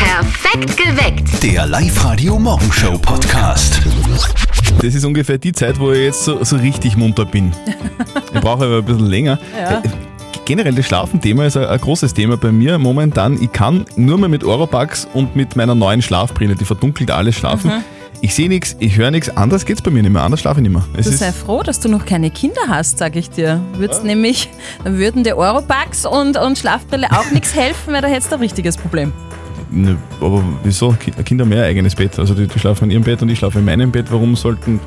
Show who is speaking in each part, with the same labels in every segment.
Speaker 1: Perfekt geweckt.
Speaker 2: Der Live-Radio Morgenshow Podcast.
Speaker 3: Das ist ungefähr die Zeit, wo ich jetzt so, so richtig munter bin. Ich brauche aber ein bisschen länger.
Speaker 4: Ja.
Speaker 3: Äh, Generell das Schlafenthema ist ein, ein großes Thema bei mir momentan. Ich kann nur mehr mit Oropax und mit meiner neuen Schlafbrille, die verdunkelt alles schlafen.
Speaker 4: Mhm.
Speaker 3: Ich sehe nichts, ich höre nichts, anders geht's bei mir nicht mehr, anders schlafe ich nicht mehr. Es
Speaker 4: Du
Speaker 3: ist- Ah.
Speaker 4: sei froh, dass du noch keine Kinder hast, sag ich dir. Würdest nämlich, dann würden dir Oropax und, und Schlafbrille auch nichts helfen, weil da hättest du ein richtiges Problem.
Speaker 3: Ne, aber wieso? Ki- Kinder haben ja ein eigenes Bett. Also die, die schlafen in ihrem Bett und ich schlafe in meinem Bett. Warum sollten.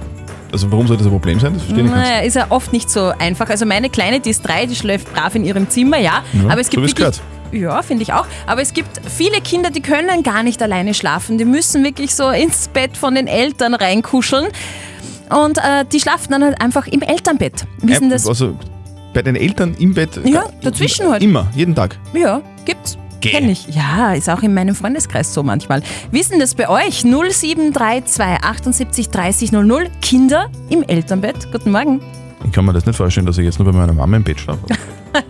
Speaker 3: Also warum soll das ein Problem sein? Das verstehe ich nicht.
Speaker 4: Naja, ist ja oft nicht so einfach. Also meine Kleine, die ist drei, die schläft brav in ihrem Zimmer, ja.
Speaker 3: Ja,
Speaker 4: aber es
Speaker 3: so
Speaker 4: gibt
Speaker 3: wie's
Speaker 4: wirklich, ja, finde ich auch. Aber es gibt viele Kinder, die können gar nicht alleine schlafen. Die müssen wirklich so ins Bett von den Eltern reinkuscheln. Und äh, die schlafen dann halt einfach im Elternbett. Wissen das?
Speaker 3: Also bei den Eltern im Bett. äh,
Speaker 4: Ja, dazwischen halt.
Speaker 3: Immer, jeden Tag.
Speaker 4: Ja, gibt's.
Speaker 3: Geh.
Speaker 4: Kenn ich. Ja, ist auch in meinem Freundeskreis so manchmal. Wissen das bei euch? 0732 78 30 00. Kinder im Elternbett. Guten Morgen.
Speaker 3: Ich kann mir das nicht vorstellen, dass ich jetzt nur bei meiner Mama im Bett schlafe.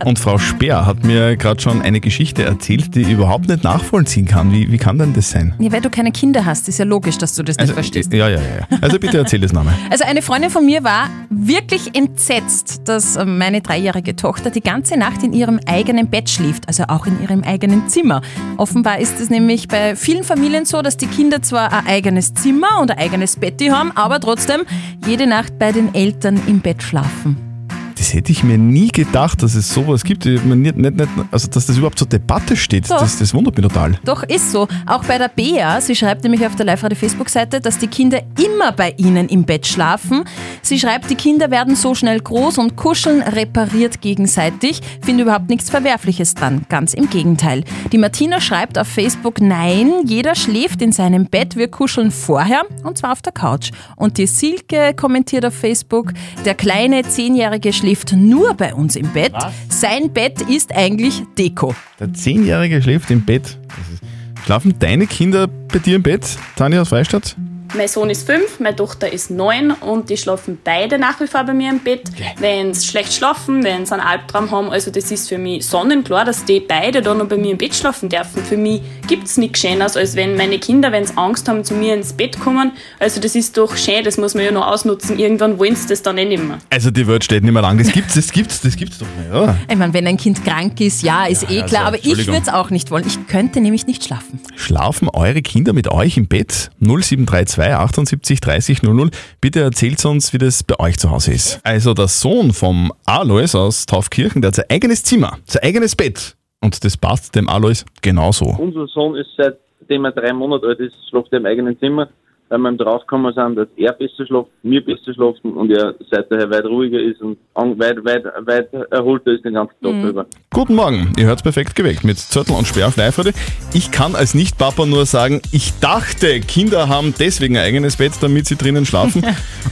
Speaker 3: Und Frau Speer hat mir gerade schon eine Geschichte erzählt, die ich überhaupt nicht nachvollziehen kann. Wie, wie kann denn das sein?
Speaker 4: Ja, weil du keine Kinder hast, ist ja logisch, dass du das
Speaker 3: Also,
Speaker 4: nicht verstehst.
Speaker 3: ja, ja, ja. ja. Also bitte erzähl das Name.
Speaker 4: Also eine Freundin von mir war wirklich entsetzt, dass äh, meine dreijährige Tochter die ganze Nacht in ihrem eigenen Bett schläft, also auch in ihrem eigenen Zimmer. Offenbar ist es nämlich bei vielen Familien so, dass die Kinder zwar ein eigenes Zimmer und ein eigenes Bett die haben, aber trotzdem jede Nacht bei den Eltern im Bett schlafen.
Speaker 3: Das hätte ich mir nie gedacht, dass es sowas gibt. Ich meine, nicht, nicht, nicht, also, dass das überhaupt zur Debatte steht,
Speaker 4: Doch.
Speaker 3: das, das wundert mich total.
Speaker 4: Doch ist so. Auch bei der Bea, sie schreibt nämlich auf der Live-Radio-Facebook-Seite, dass die Kinder immer bei ihnen im Bett schlafen. Sie schreibt, die Kinder werden so schnell groß und kuscheln repariert gegenseitig. Finde überhaupt nichts Verwerfliches dran. Ganz im Gegenteil. Die Martina schreibt auf Facebook, nein, jeder schläft in seinem Bett, wir kuscheln vorher und zwar auf der Couch. Und die Silke kommentiert auf Facebook, der kleine Zehnjährige schläft nur bei uns im Bett. Sein Bett ist eigentlich Deko.
Speaker 3: Der Zehnjährige schläft im Bett. Das ist- Schlafen deine Kinder bei dir im Bett, Tanja aus Freistadt?
Speaker 5: Mein Sohn ist fünf, meine Tochter ist neun und die schlafen beide nach wie vor bei mir im Bett. Wenn sie schlecht schlafen, wenn sie einen Albtraum haben, also das ist für mich sonnenklar, dass die beide da noch bei mir im Bett schlafen dürfen. Für mich gibt's nichts Schöneres, als wenn meine Kinder, wenn sie Angst haben, zu mir ins Bett kommen. Also das ist doch schön, das muss man ja noch ausnutzen. Irgendwann wollen sie das dann eh nicht mehr.
Speaker 3: Also die Welt steht nicht mehr lang. Das gibt's, das gibt's, das gibt's doch nicht, oder?
Speaker 4: Ich meine, wenn ein Kind krank ist, ja, ist eh
Speaker 3: also,
Speaker 4: klar, aber ich
Speaker 3: Entschuldigung.
Speaker 4: würde es auch nicht wollen. Ich könnte nämlich nicht schlafen.
Speaker 3: Schlafen eure Kinder mit euch im Bett? 0732 78 30 00. Bitte erzählt uns, wie das bei euch zu Hause ist. Also der Sohn vom Alois aus Taufkirchen, der hat sein eigenes Zimmer, sein eigenes Bett. Und das passt dem Alois genauso.
Speaker 6: Unser Sohn ist seitdem er drei Monate alt ist, schläft er im eigenen Zimmer, weil wir ihm draufgekommen sind, dass er besser schläft, wir besser schlafen und er seit daher weit ruhiger ist und an- weit, weit, weit erholter ist den ganzen Tag über.
Speaker 3: Guten Morgen, ihr hört's perfekt geweckt mit Zörtel und Sperr auf live heute. Ich kann als Nicht-Papa nur sagen, ich dachte, Kinder haben deswegen ein eigenes Bett, damit sie drinnen schlafen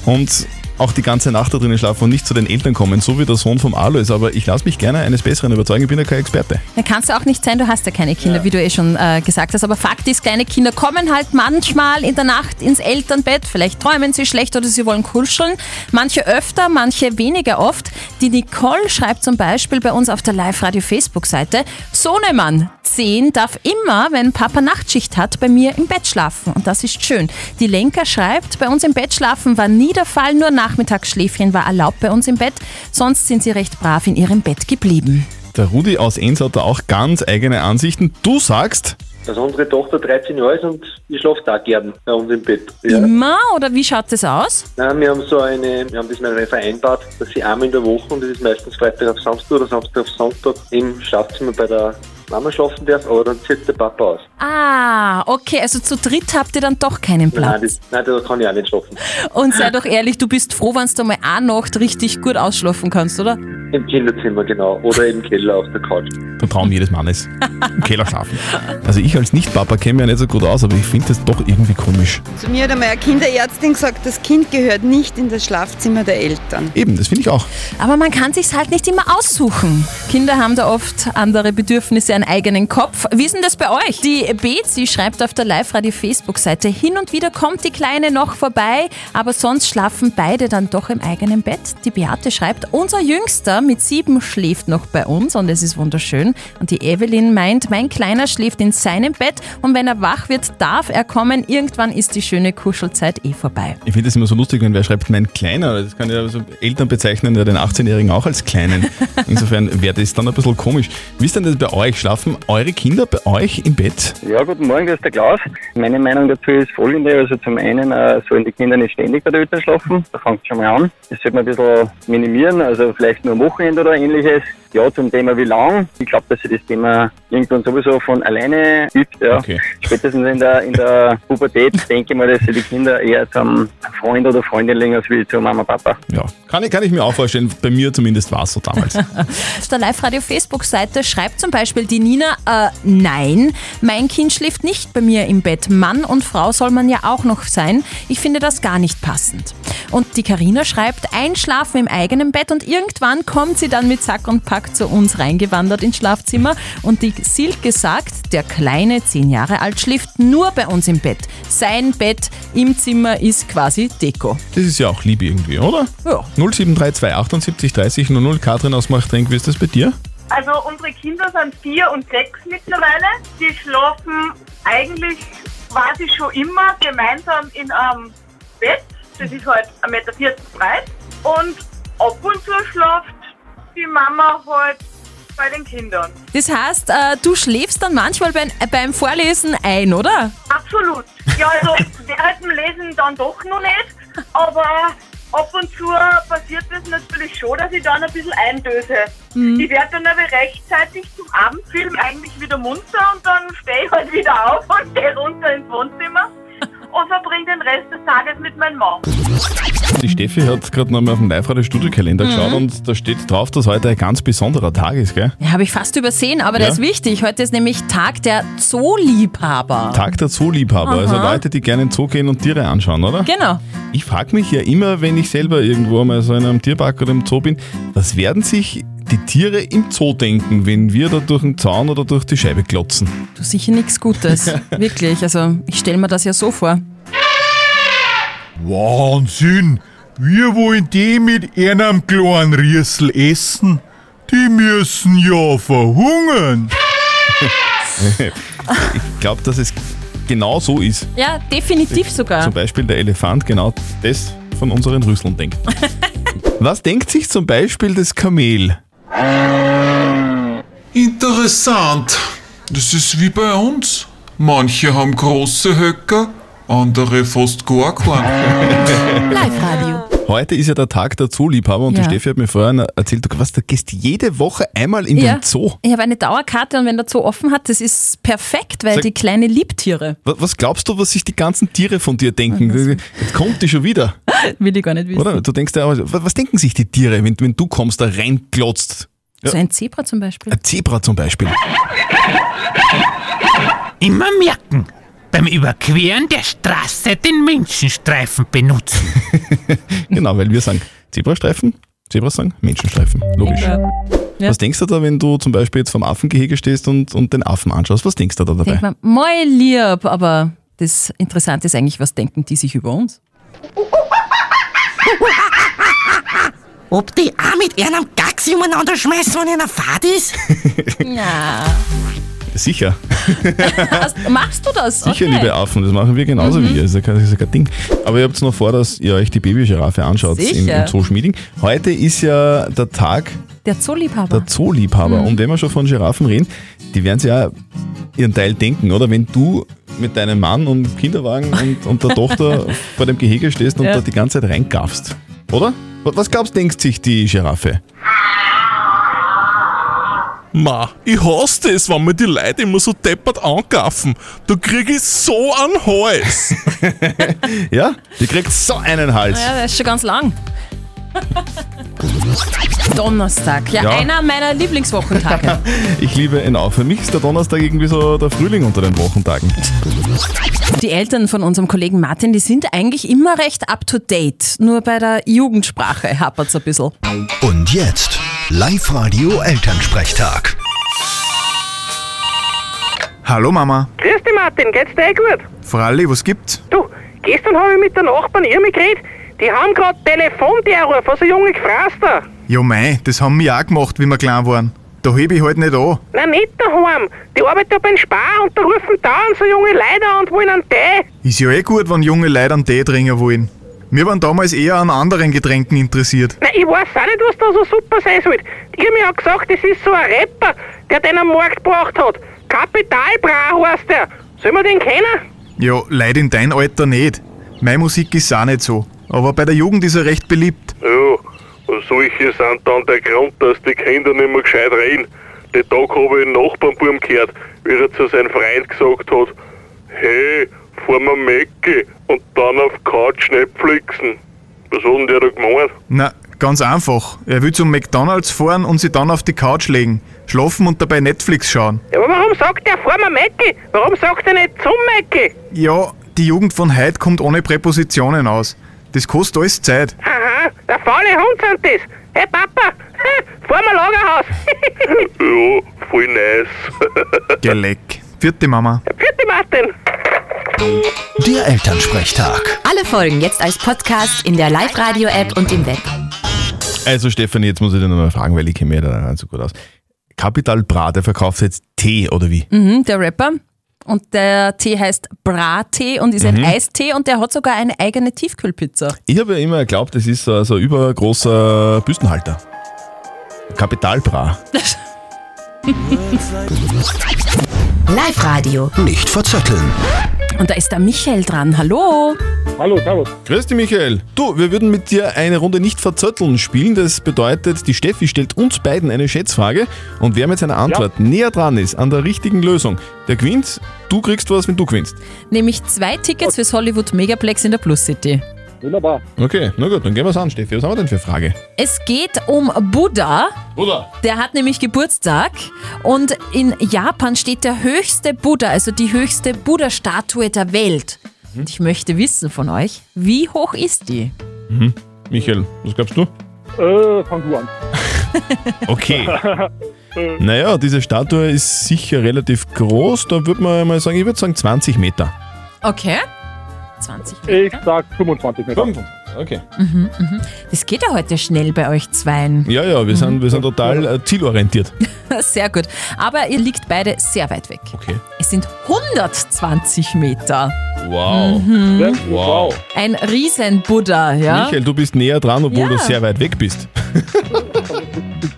Speaker 3: und auch die ganze Nacht da drinnen schlafen und nicht zu den Eltern kommen, so wie der Sohn vom Alois. Aber ich lasse mich gerne eines Besseren überzeugen, ich bin ja kein Experte.
Speaker 4: Dann kannst du auch nicht sein, du hast ja keine Kinder, wie du eh schon äh, gesagt hast. Aber Fakt ist, kleine Kinder kommen halt manchmal in der Nacht ins Elternbett. Vielleicht träumen sie schlecht oder sie wollen kuscheln. Manche öfter, manche weniger oft. Die Nicole schreibt zum Beispiel bei uns auf der Live-Radio-Facebook-Seite, Sohnemann, 10 darf immer, wenn Papa Nachtschicht hat, bei mir im Bett schlafen. Und das ist schön. Die Lenker schreibt, bei uns im Bett schlafen war nie der Fall, nur Nachmittagsschläfchen war erlaubt bei uns im Bett. Sonst sind sie recht brav in ihrem Bett geblieben.
Speaker 3: Der Rudi aus Enns hat da auch ganz eigene Ansichten. Du sagst,
Speaker 7: Also unsere Tochter 13 Jahre ist und die schlaft auch gern bei uns im Bett. Ja.
Speaker 4: Immer oder wie schaut das aus?
Speaker 7: Nein, wir haben so eine, wir haben das mal vereinbart, dass sie einmal in der Woche, und das ist meistens Freitag auf Samstag oder Samstag auf Sonntag, im Schlafzimmer bei der Mama schlafen darf, aber dann zieht der Papa aus.
Speaker 4: Ah, okay, also zu dritt habt ihr dann doch
Speaker 7: Nein,
Speaker 4: keinen Platz.
Speaker 7: das, nein, da kann ich auch nicht schlafen.
Speaker 4: Und sei doch ehrlich, du bist froh, wenn du mal eine Nacht richtig gut ausschlafen kannst, oder?
Speaker 7: Im Kinderzimmer, genau. Oder im Keller auf der Couch.
Speaker 3: der Traum jedes Mannes. Im Keller schlafen. Also ich als Nicht-Papa kenne mich ja nicht so gut aus, aber ich finde das doch irgendwie komisch.
Speaker 8: Zu mir hat einmal eine Kinderärztin gesagt, das Kind gehört nicht in das Schlafzimmer der Eltern.
Speaker 3: Eben, das finde ich auch.
Speaker 4: Aber man kann sich's halt nicht immer aussuchen. Kinder haben da oft andere Bedürfnisse, einen eigenen Kopf. Wie ist denn das bei euch? Die Bezi schreibt auf der Live-Radio-Facebook-Seite, hin und wieder kommt die Kleine noch vorbei, aber sonst schlafen beide dann doch im eigenen Bett. Die Beate schreibt, unser Jüngster Peter mit sieben schläft noch bei uns und es ist wunderschön. Und die Evelyn meint, mein Kleiner schläft in seinem Bett und wenn er wach wird, darf er kommen. Irgendwann ist die schöne Kuschelzeit eh vorbei.
Speaker 3: Ich finde das immer so lustig, wenn wer schreibt, mein Kleiner. Das kann ja so Eltern bezeichnen ja den 18-Jährigen auch als Kleinen. Insofern wäre das dann ein bisschen komisch. Wie ist denn das bei euch? Schlafen eure Kinder bei euch im Bett?
Speaker 1: Ja, guten Morgen, das ist der Klaus. Meine Meinung dazu ist folgende. Also zum einen äh, sollen die Kinder nicht ständig bei den Eltern schlafen. Da fängt schon mal an. Das sollte man ein bisschen minimieren, also vielleicht nur am Wochenende oder ähnliches. Ja, zum Thema wie lang. Ich glaube, dass sich das Thema irgendwann sowieso von alleine übt. Ja.
Speaker 3: Okay.
Speaker 1: Spätestens in der, in der Pubertät denke ich mal, dass sich die Kinder eher zum Freund oder Freundin legen als wie zu Mama Papa.
Speaker 3: Ja, kann ich, kann ich mir auch vorstellen. Bei mir zumindest war es so damals.
Speaker 4: Auf der Live-Radio-Facebook-Seite schreibt zum Beispiel die Nina, äh, nein, mein Kind schläft nicht bei mir im Bett. Mann und Frau soll man ja auch noch sein. Ich finde das gar nicht passend. Und die Karina schreibt, einschlafen im eigenen Bett und irgendwann kommt sie dann mit Sack und Pack zu uns reingewandert ins Schlafzimmer. Und die Silke sagt, der Kleine, zehn Jahre alt, schläft nur bei uns im Bett. Sein Bett im Zimmer ist quasi Deko.
Speaker 3: Das ist ja auch Liebe irgendwie, oder?
Speaker 4: Ja.
Speaker 3: 0732 78 30 00. Katrin aus Machtrenk, wie ist das bei dir?
Speaker 9: Also unsere Kinder sind vier und sechs mittlerweile. Die schlafen eigentlich quasi schon immer gemeinsam in einem Bett. Das ist halt 1,40 Meter breit. Und ab und zu schlaft die Mama halt bei den Kindern.
Speaker 4: Das heißt, äh, du schläfst dann manchmal beim, äh, beim Vorlesen ein, oder?
Speaker 9: Absolut. Ja, also während dem Lesen dann doch noch nicht. Aber ab und zu passiert das natürlich schon, dass ich dann ein bisschen eindöse.
Speaker 10: Mhm.
Speaker 9: Ich werde dann aber rechtzeitig zum Abendfilm eigentlich wieder munter und dann stehe ich halt wieder auf und gehe runter ins Wohnzimmer und verbringe den Rest des Tages mit meinem Mann.
Speaker 3: Die Steffi hat gerade nochmal auf den Live-Radio-Studio-Kalender geschaut und da steht drauf, dass heute ein ganz besonderer Tag ist, gell?
Speaker 4: Ja, habe ich fast übersehen, aber
Speaker 3: Ja.
Speaker 4: der ist wichtig. Heute ist nämlich Tag der Zooliebhaber.
Speaker 3: Tag der Zooliebhaber, also Leute, die gerne in den Zoo gehen und Tiere anschauen, oder?
Speaker 4: Genau.
Speaker 3: Ich frage mich ja immer, wenn ich selber irgendwo mal so in einem Tierpark oder im Zoo bin, was werden sich die Tiere im Zoo denken, wenn wir da durch den Zaun oder durch die Scheibe glotzen?
Speaker 4: Du sicher nichts Gutes. Wirklich. Also ich stelle mir das ja so vor.
Speaker 11: Wahnsinn! Wir wollen die mit einem kleinen Riesel essen. Die müssen ja verhungern.
Speaker 3: Ich glaube, dass es genau so ist.
Speaker 4: Ja, definitiv sogar.
Speaker 3: Zum Beispiel der Elefant genau das von unseren Rüsseln denkt. Was denkt sich zum Beispiel das Kamel?
Speaker 11: Interessant. Das ist wie bei uns. Manche haben große Höcker, andere fast gar keinen.
Speaker 4: Live-Radio.
Speaker 3: Heute ist ja der Tag der Zooliebhaber und
Speaker 4: Ja.
Speaker 3: die Steffi hat mir vorher erzählt, du, was, du gehst jede Woche einmal in
Speaker 4: Ja.
Speaker 3: den Zoo.
Speaker 4: Ich habe eine Dauerkarte und wenn der Zoo offen hat, das ist perfekt, weil
Speaker 3: Sag-
Speaker 4: die kleine Liebtiere.
Speaker 3: Wa- Was glaubst du, was sich die ganzen Tiere von dir
Speaker 4: Oh
Speaker 3: denken? Jetzt kommt die schon wieder,
Speaker 4: Will ich gar nicht wissen.
Speaker 3: oder? Du denkst ja, auch, wa- was denken sich die Tiere, wenn, wenn du kommst, da reinglotzt?
Speaker 4: So ein Zebra zum Beispiel.
Speaker 3: Ein Zebra zum Beispiel.
Speaker 10: Immer merken, beim Überqueren der Straße den Menschenstreifen benutzen.
Speaker 3: genau, weil wir sagen Zebrastreifen, Zebras sagen Menschenstreifen. Logisch.
Speaker 4: Ja.
Speaker 3: Was denkst du da, wenn du zum Beispiel jetzt vom Affengehege stehst und, und den Affen anschaust? Was denkst du da dabei?
Speaker 4: Denkt man, moi lieb, aber das Interessante ist eigentlich, was denken die sich über uns?
Speaker 10: Ob die auch mit einem Gaxi umeinander schmeißen, wenn einer Fahrt ist?
Speaker 4: Ja.
Speaker 3: Sicher,
Speaker 4: Machst du das?
Speaker 3: sicher,
Speaker 4: okay. Mhm.
Speaker 3: liebe Affen, das machen wir genauso wie ihr. Das ist ja kein, das ist ja kein Ding. Aber ihr habt noch vor, dass ihr euch die Babyschiraffe anschaut im,
Speaker 4: Sicher.
Speaker 3: im Zoo Schmieding. Heute ist ja der Tag
Speaker 4: Der Zooliebhaber.
Speaker 3: der Zooliebhaber.
Speaker 4: Mhm.
Speaker 3: Und wenn wir schon von Giraffen reden, die werden sich ja ihren Teil denken, oder? Wenn du mit deinem Mann und Kinderwagen und, und der Tochter vor dem Gehege stehst und
Speaker 4: Ja.
Speaker 3: da die ganze Zeit reingaffst, oder? Was was glaubst du, denkt sich die Giraffe?
Speaker 11: Ma, ich hasse es, wenn mir die Leute immer so deppert angaffen. Da krieg ich so einen Hals.
Speaker 3: Ja? Die kriegt so einen Hals.
Speaker 4: Ja, das ist schon ganz lang. Donnerstag. Ja,
Speaker 3: Ja.
Speaker 4: einer meiner Lieblingswochentage.
Speaker 3: Ich liebe ihn auch. Für mich ist der Donnerstag irgendwie so der Frühling unter den Wochentagen.
Speaker 4: die Eltern von unserem Kollegen Martin, die sind eigentlich immer recht up to date. Nur bei der Jugendsprache hapert's ein bisschen.
Speaker 2: Und jetzt Live-Radio Elternsprechtag.
Speaker 11: Hallo Mama.
Speaker 9: Grüß dich Martin, geht's dir eh gut?
Speaker 11: Fralli, was gibt's?
Speaker 9: Du, gestern habe ich mit der Nachbarn Irmi geredet. Die haben gerade Telefonterror von so jungen Gefraster.
Speaker 12: Ja mei, das haben wir auch gemacht, wie wir klein waren. Da heb ich halt nicht an.
Speaker 13: Na, nicht daheim. Die arbeiten ja beim Spar und da rufen dauernd so junge Leute an und wollen einen Tee.
Speaker 12: Ist ja eh gut, wenn junge Leute einen Tee trinken wollen. Wir waren damals eher an anderen Getränken interessiert.
Speaker 13: Na, ich weiß auch nicht, was da so super sein soll. Die haben ja gesagt, das ist so ein Rapper, der den am Markt gebracht hat. Kapital Bra heißt der. Sollen wir den kennen?
Speaker 12: Ja, Leute in dein Alter nicht. Meine Musik ist auch nicht so. Aber bei der Jugend ist er recht beliebt.
Speaker 14: Ja, solche sind dann der Grund, dass die Kinder nicht mehr gescheit reden. Den Tag habe ich einen Nachbarnbuben gehört, wie er zu seinem Freund gesagt hat, hey, fahren wir Mecke und dann auf Couch Netflixen. Was hat denn der da gemeint?
Speaker 12: Na, ganz einfach. Er will zum McDonalds fahren und sie dann auf die Couch legen, schlafen und dabei Netflix schauen.
Speaker 13: Ja, aber warum sagt der vor mir Mäcki? Warum sagt er nicht zum Mäcki?
Speaker 12: Ja, die Jugend von heute kommt ohne Präpositionen aus. Das kostet alles Zeit.
Speaker 13: Aha, der faule Hund sind das. Hey Papa, fahren wir Lagerhaus.
Speaker 14: Ja, voll nice.
Speaker 12: Geleck. Vierte Mama.
Speaker 13: Vierte Martin.
Speaker 2: Der Elternsprechtag.
Speaker 15: Alle Folgen jetzt als Podcast in der Live-Radio-App und im Web.
Speaker 3: Also Stefanie, jetzt muss ich dich nochmal fragen, weil ich kenne mich ja da nicht so gut aus. Capital Bra, der verkauft jetzt Tee oder wie?
Speaker 4: Mhm, der Rapper. Und der Tee heißt Brattee und ist ein
Speaker 3: Mhm.
Speaker 4: Eistee und der hat sogar eine eigene Tiefkühlpizza.
Speaker 3: Ich habe ja immer geglaubt, das ist so, so ein übergroßer Büstenhalter. Capital Bra.
Speaker 15: Live-Radio.
Speaker 2: Nicht verzetteln.
Speaker 4: Und da ist der Michael dran. Hallo.
Speaker 3: Hallo, servus. Grüß dich, Michael. Du, wir würden mit dir eine Runde nicht verzötteln spielen. Das bedeutet, die Steffi stellt uns beiden eine Schätzfrage und wer mit seiner Antwort näher dran ist an der richtigen Lösung, der gewinnt. Du kriegst was, wenn du gewinnst.
Speaker 4: Nämlich zwei
Speaker 3: Oh.
Speaker 4: Tickets fürs Hollywood Megaplex in der Plus City.
Speaker 3: Wunderbar. Okay, na gut, dann gehen wir es an, Steffi. Was haben wir denn für eine Frage?
Speaker 4: Es geht um Buddha.
Speaker 3: Buddha.
Speaker 4: Der hat nämlich Geburtstag und in Japan steht der höchste Buddha, also die höchste Buddha-Statue der Welt. Und ich möchte wissen von euch, wie hoch ist die?
Speaker 3: Mhm. Michael, was glaubst du?
Speaker 16: Äh, fang du an.
Speaker 3: Okay. naja, diese Statue ist sicher relativ groß. Da würde man mal sagen, ich würde sagen 20 Meter.
Speaker 4: Okay. 20
Speaker 16: Ich sag 25 Meter.
Speaker 3: 25, okay.
Speaker 4: Mhm, mhm. Das geht ja heute schnell bei euch zweien.
Speaker 3: Ja, ja, wir sind, wir sind total äh, zielorientiert.
Speaker 4: Sehr gut. Aber ihr liegt beide sehr weit weg.
Speaker 3: Okay.
Speaker 4: Es sind 120 Meter.
Speaker 3: Wow.
Speaker 4: Mhm.
Speaker 3: Wow.
Speaker 4: Ein Riesen-Buddha, ja?
Speaker 3: Michael, du bist näher dran, obwohl
Speaker 4: Ja.
Speaker 3: du sehr weit weg bist.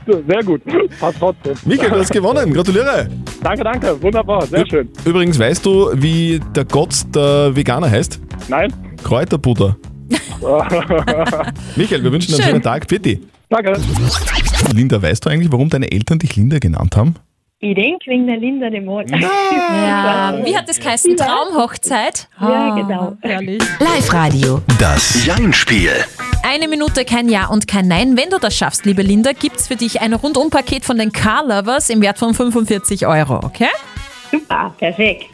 Speaker 16: Sehr gut. Passt trotzdem.
Speaker 3: Michael, du hast gewonnen. Gratuliere.
Speaker 16: Danke, danke. Wunderbar. Sehr schön.
Speaker 3: Übrigens, weißt du, wie der Gott der Veganer heißt?
Speaker 16: Nein.
Speaker 3: Kräuterbuddha. Michael, wir wünschen dir
Speaker 16: Schön.
Speaker 3: einen schönen Tag. Bitte.
Speaker 16: Danke.
Speaker 3: Linda, weißt du eigentlich, warum deine Eltern dich Linda genannt haben?
Speaker 17: Ich denke wegen der Linda de Mord.
Speaker 4: Ja, wie hat das geheißen? Traumhochzeit?
Speaker 17: Ja,
Speaker 4: Ah,
Speaker 17: genau.
Speaker 4: Herrlich.
Speaker 15: Live-Radio.
Speaker 2: Das Jein-Spiel.
Speaker 4: Eine Minute, kein Ja und kein Nein. Wenn du das schaffst, liebe Linda, gibt's für dich ein Rundum-Paket von den Car Lovers im Wert von 45 Euro, okay? Super, perfekt.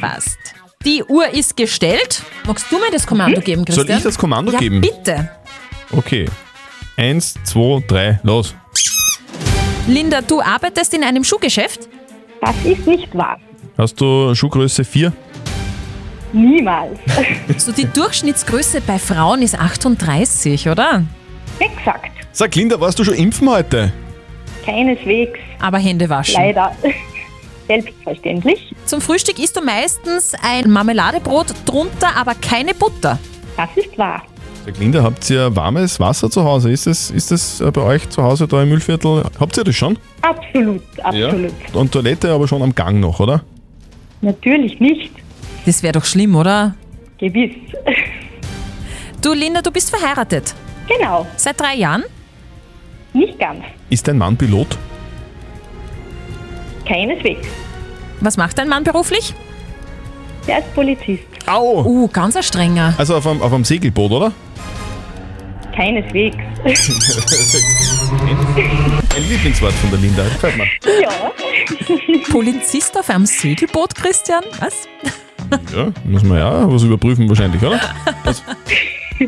Speaker 4: Passt. Die Uhr ist gestellt. Magst du mir das Kommando geben,
Speaker 3: Soll
Speaker 4: Christian?
Speaker 3: ich das Kommando
Speaker 4: ja,
Speaker 3: geben?
Speaker 4: bitte.
Speaker 3: Okay. Eins, zwei, drei, los.
Speaker 4: Linda, du arbeitest in einem Schuhgeschäft? Das ist nicht wahr.
Speaker 3: Hast du Schuhgröße 4?
Speaker 4: Niemals. So die Durchschnittsgröße bei Frauen ist 38, oder? Exakt.
Speaker 3: Sag Linda, warst du schon impfen heute?
Speaker 4: Keineswegs. Aber Hände waschen.
Speaker 17: Leider.
Speaker 4: Selbstverständlich. Zum Frühstück isst du meistens ein Marmeladebrot, drunter aber keine Butter. Das ist wahr.
Speaker 3: Sag Linda, habt ihr warmes Wasser zu Hause? Ist das, ist das äh, bei euch zu Hause da im Müllviertel? Habt ihr das schon?
Speaker 17: Absolut, absolut.
Speaker 3: Ja. Und Toilette aber schon am Gang noch, oder?
Speaker 4: Natürlich nicht. Das wäre doch schlimm, oder? Gewiss. Du, Linda, du bist verheiratet. Genau. Seit drei Jahren? Nicht ganz.
Speaker 3: Ist dein Mann Pilot?
Speaker 4: Keineswegs. Was macht dein Mann beruflich? Er ist Polizist. Au! Uh, ganz ein strenger.
Speaker 3: Also auf einem, auf einem Segelboot, oder?
Speaker 17: Keineswegs.
Speaker 3: Ein Lieblingswort von der Linda, gefällt mir.
Speaker 4: Ja. Polizist auf einem Segelboot, Christian? Was?
Speaker 3: Ja, muss man ja was überprüfen wahrscheinlich, oder? Was?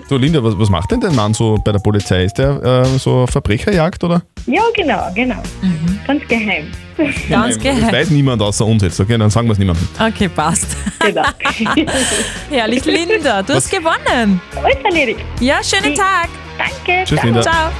Speaker 3: So, Linda, was, was macht denn dein Mann so bei der Polizei? Ist der äh, so auf Verbrecherjagd, oder?
Speaker 17: Ja, genau, genau. Ganz geheim.
Speaker 4: Ganz
Speaker 3: Das
Speaker 4: geheim.
Speaker 3: weiß niemand außer uns jetzt, okay? Dann sagen wir es niemandem.
Speaker 4: Okay, passt.
Speaker 17: Genau.
Speaker 4: Herrlich, Linda, du
Speaker 3: Was-
Speaker 4: hast gewonnen. Alles erledigt. Ja, schönen Tag.
Speaker 17: Danke.
Speaker 3: Tschüss, Linda. Ciao.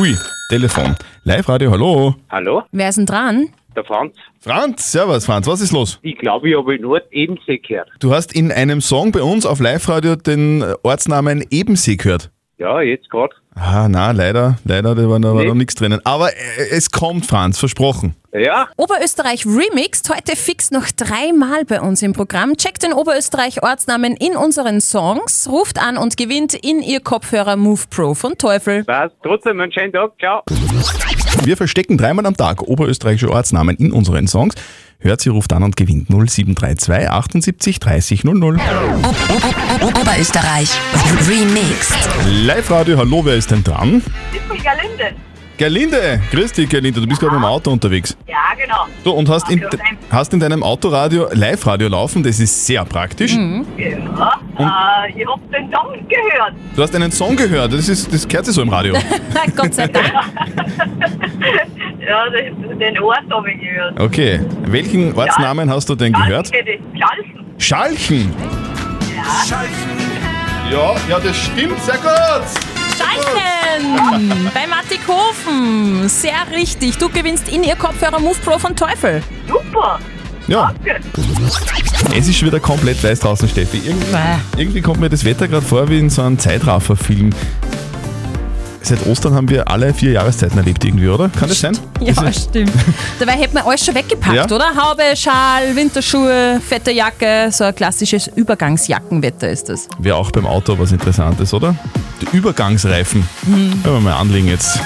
Speaker 3: Ui, Telefon. Live-Radio, hallo.
Speaker 18: Hallo,
Speaker 4: Wer ist denn dran?
Speaker 18: der Franz.
Speaker 3: Franz, servus Franz, was ist los?
Speaker 18: Ich glaube, ich habe nur Ebensee gehört.
Speaker 3: Du hast in einem Song bei uns auf Live-Radio den Ortsnamen Ebensee gehört.
Speaker 18: Ja, jetzt gerade.
Speaker 3: Ah, na, leider, leider, da war noch, war
Speaker 18: Nee.
Speaker 3: noch nichts drinnen. Aber äh, es kommt, Franz, versprochen.
Speaker 18: Ja.
Speaker 4: Oberösterreich Remixed, heute fix noch dreimal bei uns im Programm. Checkt den Oberösterreich-Ortsnamen in unseren Songs, ruft an und gewinnt in ihr Kopfhörer Move Pro von Teufel.
Speaker 18: Was? Trotzdem einen schönen Tag. Ciao.
Speaker 3: Wir verstecken dreimal am Tag oberösterreichische Ortsnamen in unseren Songs. Hört sie, ruft an und gewinnt 0732 78 30 00.
Speaker 15: Oberösterreich. Remixed.
Speaker 3: Live-Radio, hallo, wer ist denn dran?
Speaker 9: Ist von Gerlinde.
Speaker 3: Gerlinde, grüß dich, Gerlinde, du bist gerade mit dem Auto unterwegs.
Speaker 9: Ja, genau.
Speaker 3: So, und hast in,
Speaker 9: Auto rein.
Speaker 3: hast in deinem Autoradio Live-Radio laufen, das ist sehr praktisch.
Speaker 9: Ja, äh, ich hab den Song gehört.
Speaker 3: Du hast einen Song gehört, das, ist, das gehört sich so im Radio.
Speaker 4: Gott sei Dank.
Speaker 9: ja, den den Ort hab ich gehört.
Speaker 3: Okay, welchen Ortsnamen hast du denn gehört?
Speaker 9: Danke, das Schalfen.
Speaker 3: Schalchen. Ja, ja, das stimmt, sehr gut.
Speaker 4: Schalten! bei Mattikofen. Sehr richtig. Du gewinnst in ihr Kopfhörer Move Pro von Teufel.
Speaker 9: Super.
Speaker 3: Ja. Es ist schon wieder komplett weiß draußen, Steffi. Irgendwie, irgendwie kommt mir das Wetter gerade vor wie in so einem Zeitraffer-Film. Seit Ostern haben wir alle vier Jahreszeiten erlebt irgendwie, oder? Kann das sein?
Speaker 4: Ja, stimmt. Dabei hätten wir alles schon weggepackt,
Speaker 3: Ja.
Speaker 4: oder? Haube, Schal, Winterschuhe, fette Jacke. So ein klassisches Übergangsjackenwetter ist das.
Speaker 3: Wäre auch beim Auto was Interessantes, oder? Die Übergangsreifen.
Speaker 15: Mhm.
Speaker 3: Wenn wir mal anlegen jetzt.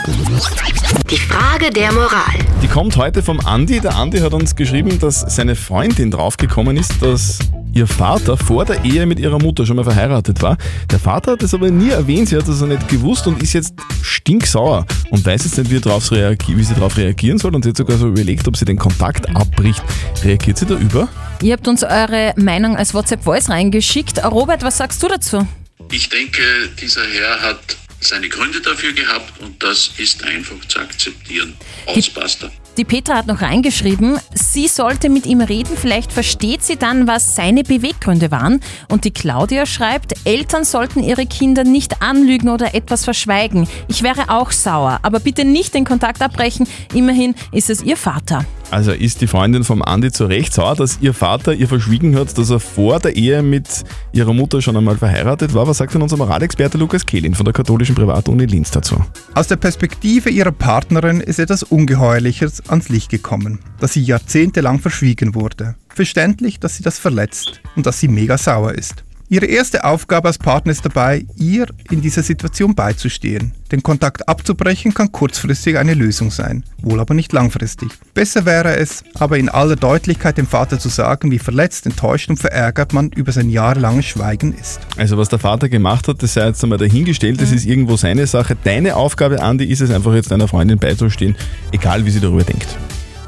Speaker 15: Die Frage der Moral.
Speaker 3: Die kommt heute vom Andi. Der Andi hat uns geschrieben, dass seine Freundin draufgekommen ist, dass ihr Vater vor der Ehe mit ihrer Mutter schon mal verheiratet war. Der Vater hat es aber nie erwähnt, sie hat das nicht gewusst und ist jetzt stinksauer und weiß jetzt nicht, wie, er drauf reagi- wie sie darauf reagieren soll und sie hat sogar so überlegt, ob sie den Kontakt abbricht. Reagiert sie da über?
Speaker 4: Ihr habt uns eure Meinung als WhatsApp-Voice reingeschickt. Robert, was sagst du dazu?
Speaker 19: Ich denke, dieser Herr hat seine Gründe dafür gehabt und das ist einfach zu akzeptieren. Ausbasta.
Speaker 4: Die Petra hat noch reingeschrieben, sie sollte mit ihm reden, vielleicht versteht sie dann, was seine Beweggründe waren. Und die Claudia schreibt, Eltern sollten ihre Kinder nicht anlügen oder etwas verschweigen. Ich wäre auch sauer, aber bitte nicht den Kontakt abbrechen, immerhin ist es ihr Vater.
Speaker 3: Also ist die Freundin vom Andi zu Recht sauer, dass ihr Vater ihr verschwiegen hat, dass er vor der Ehe mit ihrer Mutter schon einmal verheiratet war. Was sagt denn unser Moralexperte Lukas Kehlin von der katholischen Privatuni Linz dazu?
Speaker 20: Aus der Perspektive ihrer Partnerin ist etwas Ungeheuerliches ans Licht gekommen, das sie jahrzehntelang verschwiegen wurde. Verständlich, dass sie das verletzt und dass sie mega sauer ist. Ihre erste Aufgabe als Partner ist dabei, ihr in dieser Situation beizustehen. Den Kontakt abzubrechen kann kurzfristig eine Lösung sein, wohl aber nicht langfristig. Besser wäre es, aber in aller Deutlichkeit dem Vater zu sagen, wie verletzt, enttäuscht und verärgert man über sein jahrelanges Schweigen ist.
Speaker 3: Also was der Vater gemacht hat, das sei jetzt einmal dahingestellt, das ist irgendwo seine Sache. Deine Aufgabe, Andi, ist es einfach jetzt deiner Freundin beizustehen, egal wie sie darüber denkt.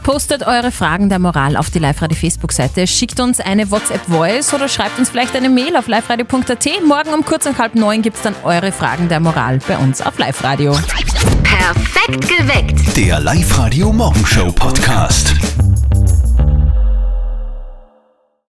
Speaker 4: Postet eure Fragen der Moral auf die Live-Radio Facebook-Seite, schickt uns eine WhatsApp-Voice oder schreibt uns vielleicht eine Mail auf liveradio.at. Morgen um kurz nach halb neun gibt es dann eure Fragen der Moral bei uns auf Live-Radio.
Speaker 15: Perfekt geweckt.
Speaker 2: Der Live-Radio Morgenshow Podcast.